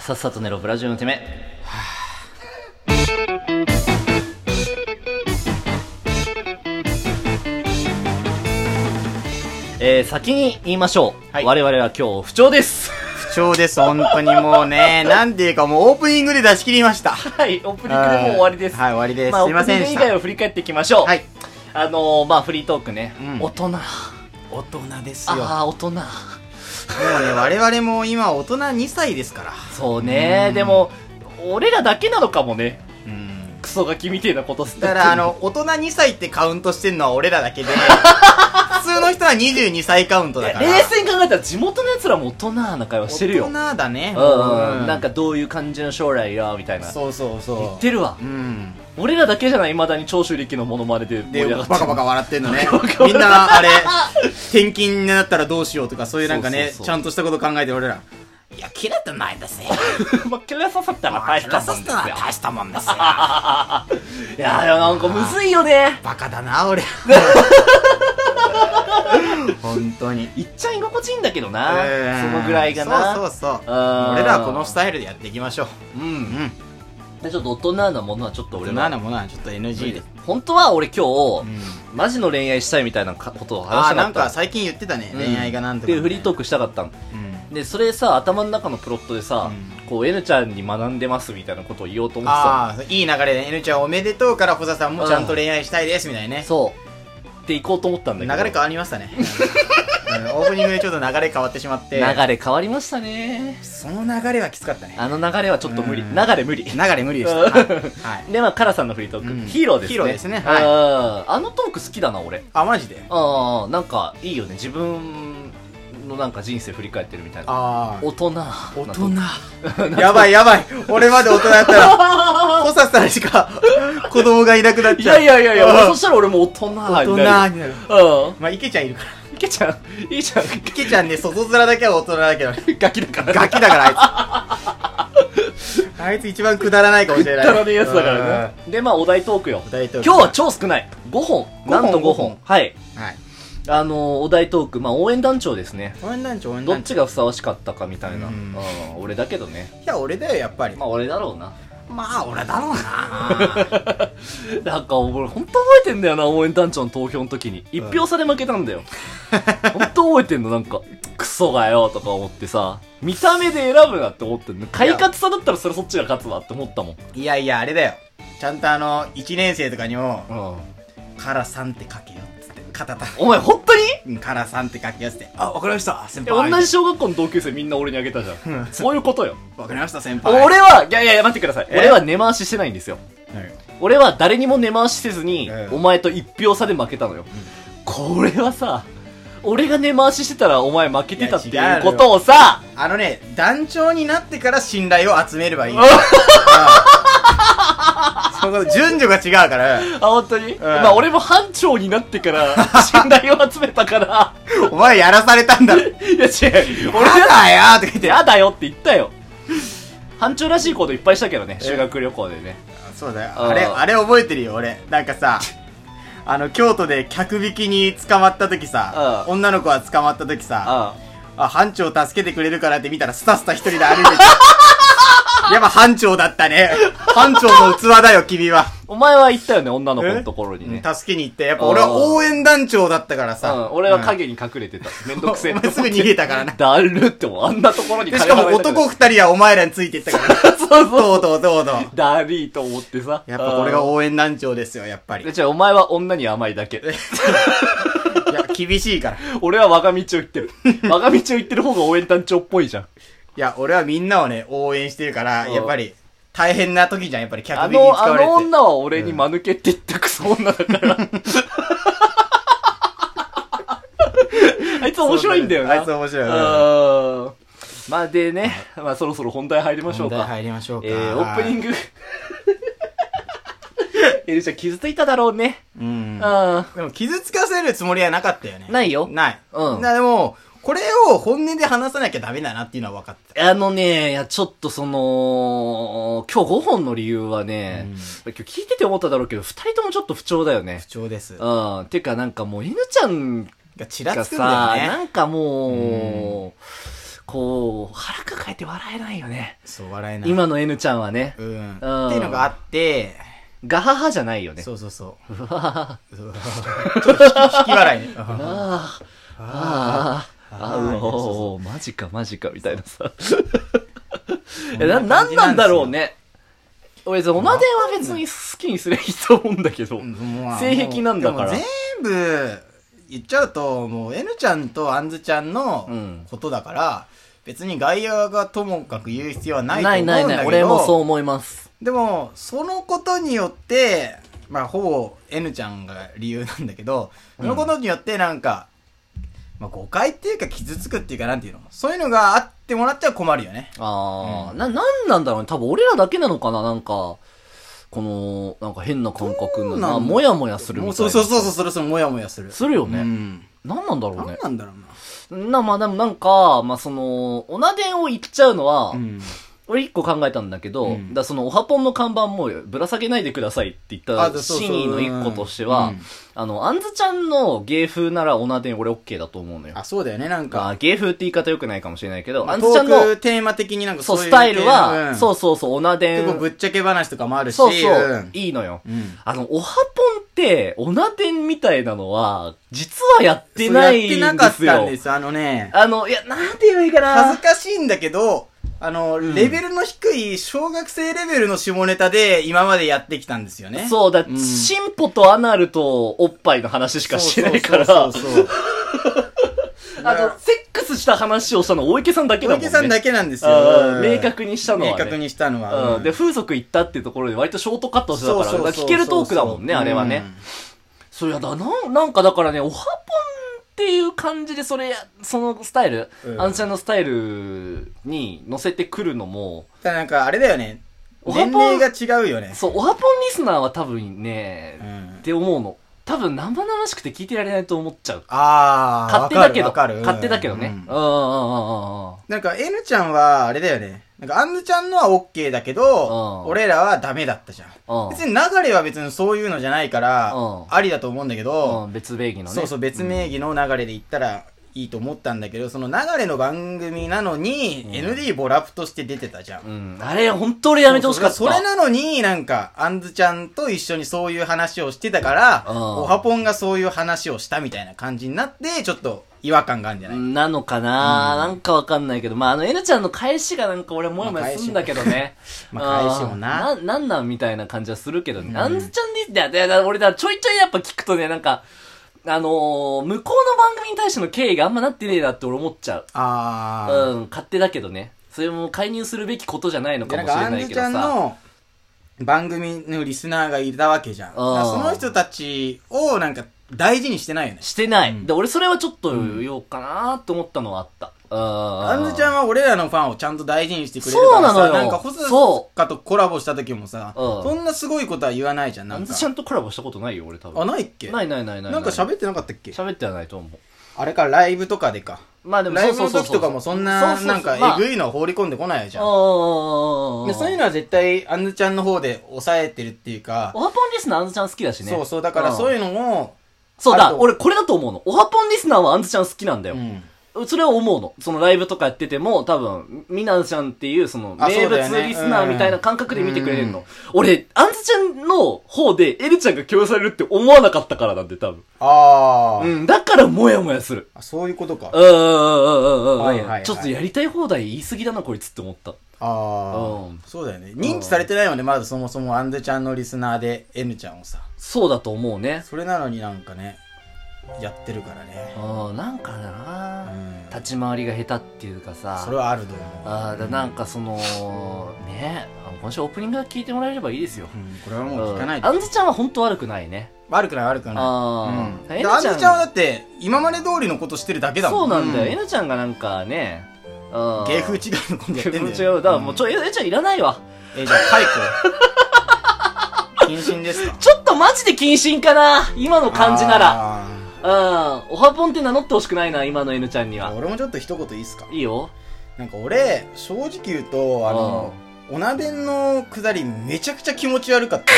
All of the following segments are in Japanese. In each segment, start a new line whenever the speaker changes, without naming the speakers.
さっさと寝ろブラジルのてめえ えー、先に言いましょう、
はい
我々は今日不調です
不調です、本当にも うね。なんていうかもうオープニングで出し切りました。
はいオープニングでもう終わりです、
はい、終わりです。
まあ、
すいま
オー
せんで
プニ
し
ング以外
た。
を振り返っていきましょう、
はい。
あのー、まあフリートークね、
うん
大人
大人ですよ。も
ああー大人
うね、我々も今大人2歳ですから。
そうね
うん
でも俺らだけなのかもね
うん。
クソガキみたいなことす
だから あの、大人2歳ってカウントしてんのは俺らだけで、普通の人は22歳カウントだから。
冷静に考えたら地元のやつらも大人な会話してるよ
大人だね。
うんうん、なんか、どういう感じの将来やみたいな
そうそうそう。
言ってるわ
うん。
俺らだけじゃない未だに長州力のモノマネで盛
で、
り上が
バ
ってる
カバカ笑ってんの ね。みんな、 あれ、転勤になったらどうしようとか、そういうなんか
そう
ね
そうそ、う
ちゃんとしたこと考えて俺ら。いや、切れてないですよ。
まあ、キャラ刺さったら大したもんですよ
大したもん ですよ。
いやーなんかむずいよね
バカだな、俺。 本当に。
いっちゃ居心地いいんだけど
そ
な、そのぐらいがな
そうそうそう。
あー
俺らはこのスタイルでやっていきましょう。
う
うんん。
でちょっと大人なものはちょっと俺
俺
は
らのものはちょっと NG で。
本当は俺今日、
うん
マジの恋愛したいみたいなかことを話し
あー、
た
な
か
ん
った
か最近言ってたね。
うん
恋愛がなんとか
で
ね。
フリートークしたかったの
うん。
でそれさ頭の中のプロットでさ、
う
こう N ちゃんに学んでますみたいなことを言おうと思ってたの
ああ、いい流れで、N ちゃんおめでとうから、保田さんもちゃんと恋愛したいです、みたいなね。
そう。って行こうと思ったんだ
流
けど。
れ変わりました ね、うんオープニングでちょっと流れ変わってしまって
流れ変わりましたね。
その流れはきつかったね
あの流れはちょっと無理。
うん
流れ無理。
流れ無理でした、
うん
はい、はい
で、まあ、カラさんのフリートーク。
うん
ヒーローですね。
ヒーローですねはい
はい。あのトーク好きだな、俺。
あマジで
ああ、なんか、いいよね。自分のなんか人生振り返ってるみたいな。
あ
大人。
大人 やばいやばい俺まで大人だった ら保田さんしか子供がいなくなっ
い
ち
や
ゃう
いやいやいや、
う
そ
ん
したら俺も大人
大人
になる。
になる
うん。
まあ池ちゃんいるから
いけちゃん、いいじゃん。
池ちゃんね外面だけは大人だけどね
ガキだから。
ガキだからあいつあいつ一番くだらないかもしれない
たらねえやつだからね。で、まあ、お題トークよ。
うん大統領
今日は超少ない。5本。なんと5
五
本
本。
はい。
はい
あのー、お題トーク、まあ、応援団長ですね。
応援団長応援
どっ
団長
ちがふさわしかったかみたいな。う
うんん、
俺だけどね。
いや俺だよやっぱり
まあ、俺だろうな。
まあ俺だろうな
なんか、俺、ほんと覚えてんだよな、応援団長の投票の時に。一票差で負けたんだよ。ほんと覚えてんの、なんか、クソがよ、とか思ってさ、見た目で選ぶなって思ってんの。快活さだったらそれそっちが勝つわって思ったもん。
いやいやあれだよちゃんとあの1年生とかにも
うん。
「からさんって書けよ」っつって肩た
お前、ほんとに
「からさんって書けよ」っつって「あわかりました先
いや
輩」
同じ小学校の同級生みんな俺にあげたじゃん。そういうことよ。
「わかりました先輩」
俺は、いやいやいや、待ってください。
え
俺は根回ししてないんですよ。
何よ
俺は誰にも根回しせずに、
ええ
お前と一票差で負けたのよ、これはさ俺が根回ししてたらお前負けてたって
いや
い
違
うこ
う
とをさ
あのね団長になってから信頼を集めればいい
うん
うんそこ順序が違うから
あ本当に、
ん
まあ俺も班長になってから 信頼を集めたから
お前やらされたんだろ
いや違う
俺
俺だ
だよーとか言っ て
やだよって言ったよ班長らしいこといっぱいしたけどね修学旅行でね
そうだよ
あー
あれあれ覚えてるよ俺なんかさあの京都で客引きに捕まった時さ
うん
女の子が捕まった時さ
あ
あ、班長助けてくれるからって見たらスタスタ一人で歩いてた。やっぱ班長だったね。班長の器だよ、君は。
お前は行ったよね女の子のところにね、
助けに行って。やっぱ俺は応援団長だったから
う
さ。
ん、俺は影に隠れてた、めんどくせえ
お前すぐ逃げたからな
だるってもうあんなところ
う
に
んでしかも
金払いたくない
男二人はお前らについてったから。そうそう。どうどうどうど
だりーと思ってさ。
う。やっぱこれが
うん
応援団長ですよ、やっぱり。
でじゃあお前は女に甘いだ け。
いや、厳しいから。い
俺は我が道を行ってる。我が道を行ってる方が応援団長っぽいじゃん。
や、俺はみんなをね、応援してるから、
うん
やっぱり、大変な時じゃん、やっぱり客
あ
引きに
の、
使
あ
われて。
の女は俺に間抜けって言ったクソ女だから。あいつ面白いんだよな。
あいつ面白いよ
う
ね
んまあでね、まあそろそろ本題入りましょう
本題
か。
入りましょうか。
えー、オープニ ング。エルちゃん傷ついただろうね。
グ。うん。
うん。
でも傷つかせるつもりはなかったよね。
ないよ
ない。
うん
なでも、これを本音で話さなきゃダメだなっていうのは分かって
あのね、いや、ちょっとその、今日5本の理由はね、
うん
今日聞いてて思っただろうけど、2人ともちょっと不調だよね
不。調です。
うん。てかなんかもう、犬ちゃん
がちら
が
つくんだ
さ、
よ
な
ね。
んかもう、こう、腹抱えて笑えないよね。
そう、笑えない。
今の N ちゃんはね。
うん。っていうのがあって、
ガハハじゃないよね。
そうそうそう。うわぁ。ちょっと引き笑 いね。
ああ、ああ、ああ、
あー
う
そうそう
おーマジかマジかみたいなさ。え、な、なんなんだろうね。俺、そのおまでは別に好きにすればいいと思うんだけど。
もう
性癖なんだから
でも全部言っちゃうと、もう N ちゃんとあんずちゃんの
うん
ことだから、別に外野がともかく言う必要はないと
な
思う
い
んだ
な
け
い
ど。
ない、俺もそう思います。
でも、そのことによって、まあ、ほぼ N ちゃんが理由なんだけど、そのことによってなんか、まあ、誤解っていうか傷つくっていうか、なんていうのそういうのがあってもらっちゃ困るよね。
ああ、
う
な、なんなんだろうね。多分俺らだけなのかな、なんか。この、なんか変な感覚な
どうなんだ
な、もやもやするみた
も
いうな。
そうそうそうそう、それそれもやもやする。
するよ
う
ね。
ん。
なんなんだろう
なん
ね。
なんだろう
な、まあでもなんか、まあその、おなでんを言っちゃうのは、
な。うん。
俺一個考えたんだけど、
うん
だからそのオハポンの看板もぶら下げないでくださいって言っ
あ
た
そうそう
真意の一個としては、
うん
あの、あんずちゃんの芸風ならオナデン俺 OK だと思うのよ。
あ、そうだよね、なん
まあ
か。
芸風って言い方良くないかもしれないけど、
ま
あ
あ
ん
ト
ずちゃんの、
ークテーマ的になんか
そう、
い
スタイルは、そううそうそう、オナ
系
デ
の。うん結構ぶ
ン。
っちゃけ話とかもあるし。
そうそう、
ん
いいのよ。
うん。
あの、オハポンって、オナデンみたいなのは、実はやってないんですよ。
やってなかったんです、あのね。
あの、いや、なんて言えばいいかな。
恥ずかしいんだけど、あの、レベルの低い小学生レベルの下ネタで今までやってきたんですよね。
そうだ、
ん
進歩とアナルとおっぱいの話しかしてないから、
そうそ うそうそう。
あと、セックスした話をしたの大池さんだけだ
小
もんね。
池さんだけなんですよ
う。ん
うん
明確にしたのは、ね。
明確にしたのは。
うん、で、風俗行ったっていうところで割とショートカットしてたから、だから聞けるトークだもんね、あれはね。そういやだ、なん、なんかだからね、おはぽんっていう感じで、それ、そのスタイル、
うん
アンちゃんのスタイルに乗せてくるのも、
うん。ただなんか、あれだよね。
おはぽ
年
ん
齢が違うよね。
そう、おはぽんリスナーは多分ね、
う
っ
ん
て思うの。多分生々しくて聞いてられないと思っちゃう。
あー、
勝手だけど、
わかるわかる
勝手だけどね。
う
うんんうんうんうんうん。
なんか、N ちゃんは、あれだよね。なんか、アンヌちゃんのは OK だけど、
うん
俺らはダメだったじゃ
うん
ん。別に流れは別にそういうのじゃないから
うん、
ありだと思うんだけ
う
ど、
ん、別名義のね。
そうそう、別名義の流れで言ったらいいと思ったんだけど、その流れの番組なのに、ND ボラップとして出てたじゃん。
うん。あれ、本当俺やめてほしかった。
そうそうそれなのに、なんか、アンズちゃんと一緒にそういう話をしてたから、
うん
オハポンがそういう話をしたみたいな感じになって、ちょっと違和感があるんじゃない
なのかな、なんかわかんないけど、まあ、あの、N ちゃんの返しがなんか俺もやもやすんだけどね。
まあ返しまあ返しもな
あーな、なんなんみたいな感じはするけどね。あんずちゃんで、いや、いやいや俺だ、ちょいちょいやっぱ聞くとね、なんか、あのー向こうの番組に対しての敬意があんまなってねえなって俺思っちゃう。
あー。
うん、勝手だけどね。それも介入するべきことじゃないのか
な
も
ん
しれ
か、ア
な
ン
い
ズ
け
ち
ど
ゃん
さ。
の番組のリスナーがいたわけじゃん。だからその人たちをなんか大事にしてないよね。
してない。
うん
で、俺それはちょっと言おうかなと思ったのはあった。あ
アンズちゃん
ん。
は俺らのファンをちゃんと大事にしてくれるからさ、
そうなのよ
なんか細
そ
田とコラボした時もさ、
うん
そんなすごいことは言わないじゃん、な
あ
ん
ん
か
ず。ちゃんとコラボしたことないよ、俺多分。
あ、ないっけ。
ないいないないない
なんか喋ってなかったっけ
喋ってはないと思う。
あれか、ライブとかでか。
まあでも、
ライブ
そう
の
そう
時
そうそ
とか
う
もそん
そう
な、
そうそう
なん
ま
か
あ
えぐいのは放り込んでこないじゃん。
おーおーおーおーおー
でそういうのは絶対、アンズちゃんの方で抑えてるっていうか
オ、ハポンリスナー、あんずちゃん好きだしね。
そうそう、だからそう
いう。
いうのも、
そう
ある
だ、
と
俺これだと思うの。オハポンリスナーはあんずちゃん好きなんだ
う
よ。
ん。
それは思うの。そのライブとかやってても、多分、ミナンちゃんっていう、その、
あ
名
そう
物
だよね
リスナーみたいな感覚で見てくれるの。俺、あんずちゃんの方で、エルちゃんが共有されるって思わなかったからなんで、多分。
あー。
うん、だから、もやもやする。
あそういうことか。
うん、うん、うん、うんうん、うん。
はいはいはい
ちょっとやりたい放題言い過ぎだな、こいつって思った。う
あ
ん
あ。そうだよね。認知されてないよね、まずそもそもアンデちゃんのリスナーで N ちゃんをさ。
そうだと思うね。
それなのになんかね、やってるからね。
うん、なんか
う
な、
ん。
立ち回りが下手っていうかさ。
それはあると思う。
あーだなんかその、ねあの今週オープニングは聞いてもらえればいいですよ。
うんこれはもう聞かない
うん
と。
あんずちゃんは本当悪くないね。
悪くない悪くな
あ
い。
あ、
うん。で
N
アンデちゃんはだって、今まで通りのことしてるだけだ
そ
も
うんなんだよ。
う
N ちゃんがなんかね、うん
芸風違うのことやってんだよ。
芸風違う。だからもうちょ、
ん
N ちゃんいらないわ。
え、じゃあ、解 雇謹慎ですか
ちょっとマジで謹慎かな今の感じなら。
ら。
うん。おはぽんって名乗ってほしくないな、今の N ちゃんに
あー
は。
俺もちょっと一言いいっすか
いいよ。
なんか俺、正直言うと、あの、おなでんのくだりめちゃくちゃ気持ち悪かった。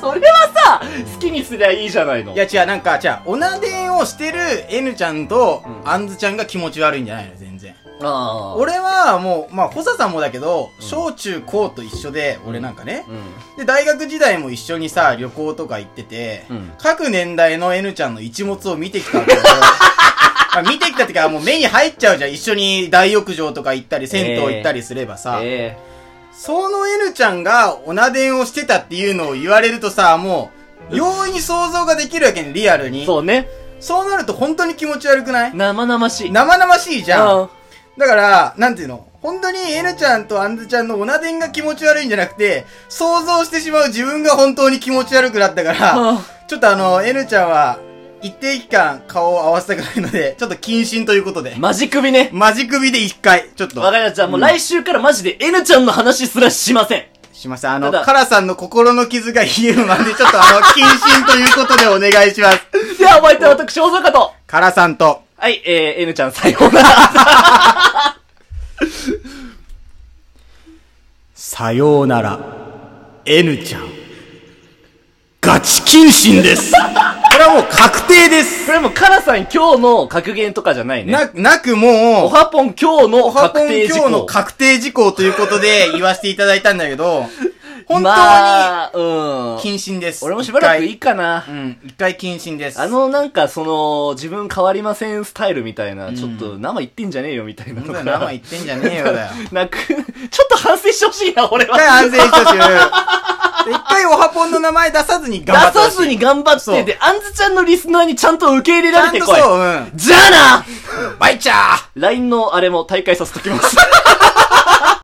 それはさ、好きにすりゃいいじゃないの。
いや違う、なんか違う、おなでんをしてる N ちゃんと
うん
あんずちゃんが気持ち悪いんじゃないの全然。
ああ。
俺はもう、まあ、補佐さんもだけど、小中高と一緒で、俺なんかね、で、大学時代も一緒にさ、旅行とか行ってて、
うん
各年代の N ちゃんの一物を見てきた わけだけどまあ見てきたってか、もう目に入っちゃうじゃん。一緒に大浴場とか行ったり、銭湯行ったりすればさ、
え
その N ちゃんがおなでんをしてたっていうのを言われるとさ、もう、容易に想像ができるわけね、リアル
え
に。そう
そうね。
なると本当に気持ち悪くない
生々しい。
生々しいじゃん。
うん
だから、なんていうの本当に N ちゃんとアンズちゃんのおなでんが気持ち悪いんじゃなくて、想像してしまう自分が本当に気持ち悪くなったから、
あ
ちょっとあの、N ちゃんは、一定期間顔を合わせたくないので、ちょっと謹慎ということで
あ。マジ首ね。
マジ首で一回、ちょっと
わ、かりました。もう来週からマジで N ちゃんの話すらしません。
しました。あの、
ただ
カラさんの心の傷が癒えるまで、ちょっとあの、謹慎ということでお願いします。
では、お相手は私、大坂と。
カラさんと、
はい、えー、N ちゃん、さようなら。
さようなら、N ちゃん。ガチ謹慎です。これはもう確定です。
これもう、カラさん今日の格言とかじゃないね。
な、なく
お
もう、
はぽん今日の
おはポ
確
ン
定事項。
今日の確定事項ということで言わせていただいたんだけ ど、本当
まあ、うん。
に謹慎です。
俺もしばらくい
一
いかな
回。うん、一回謹慎です。
あの、なんか、その、自分変わりませんスタイルみたいな、ちょっと生言ってんじゃねえよみたいなの
本当
が。
に生言ってんじゃねえよだよ。
なく、ちょっと反省してほしいな、俺
一回
は。
安静してほしいで一回おはポンの名前出さずに
出
頑張ってほし
さず
い。
に頑張っ
そ
て、
う
で、あんずちゃんのリスナーにちゃんと受け入れ
ち
ら
ゃ
れ
ん
て
と
こい。
そう、うん。
じゃあな
バイチャー
!LINE のあれも大会させときます。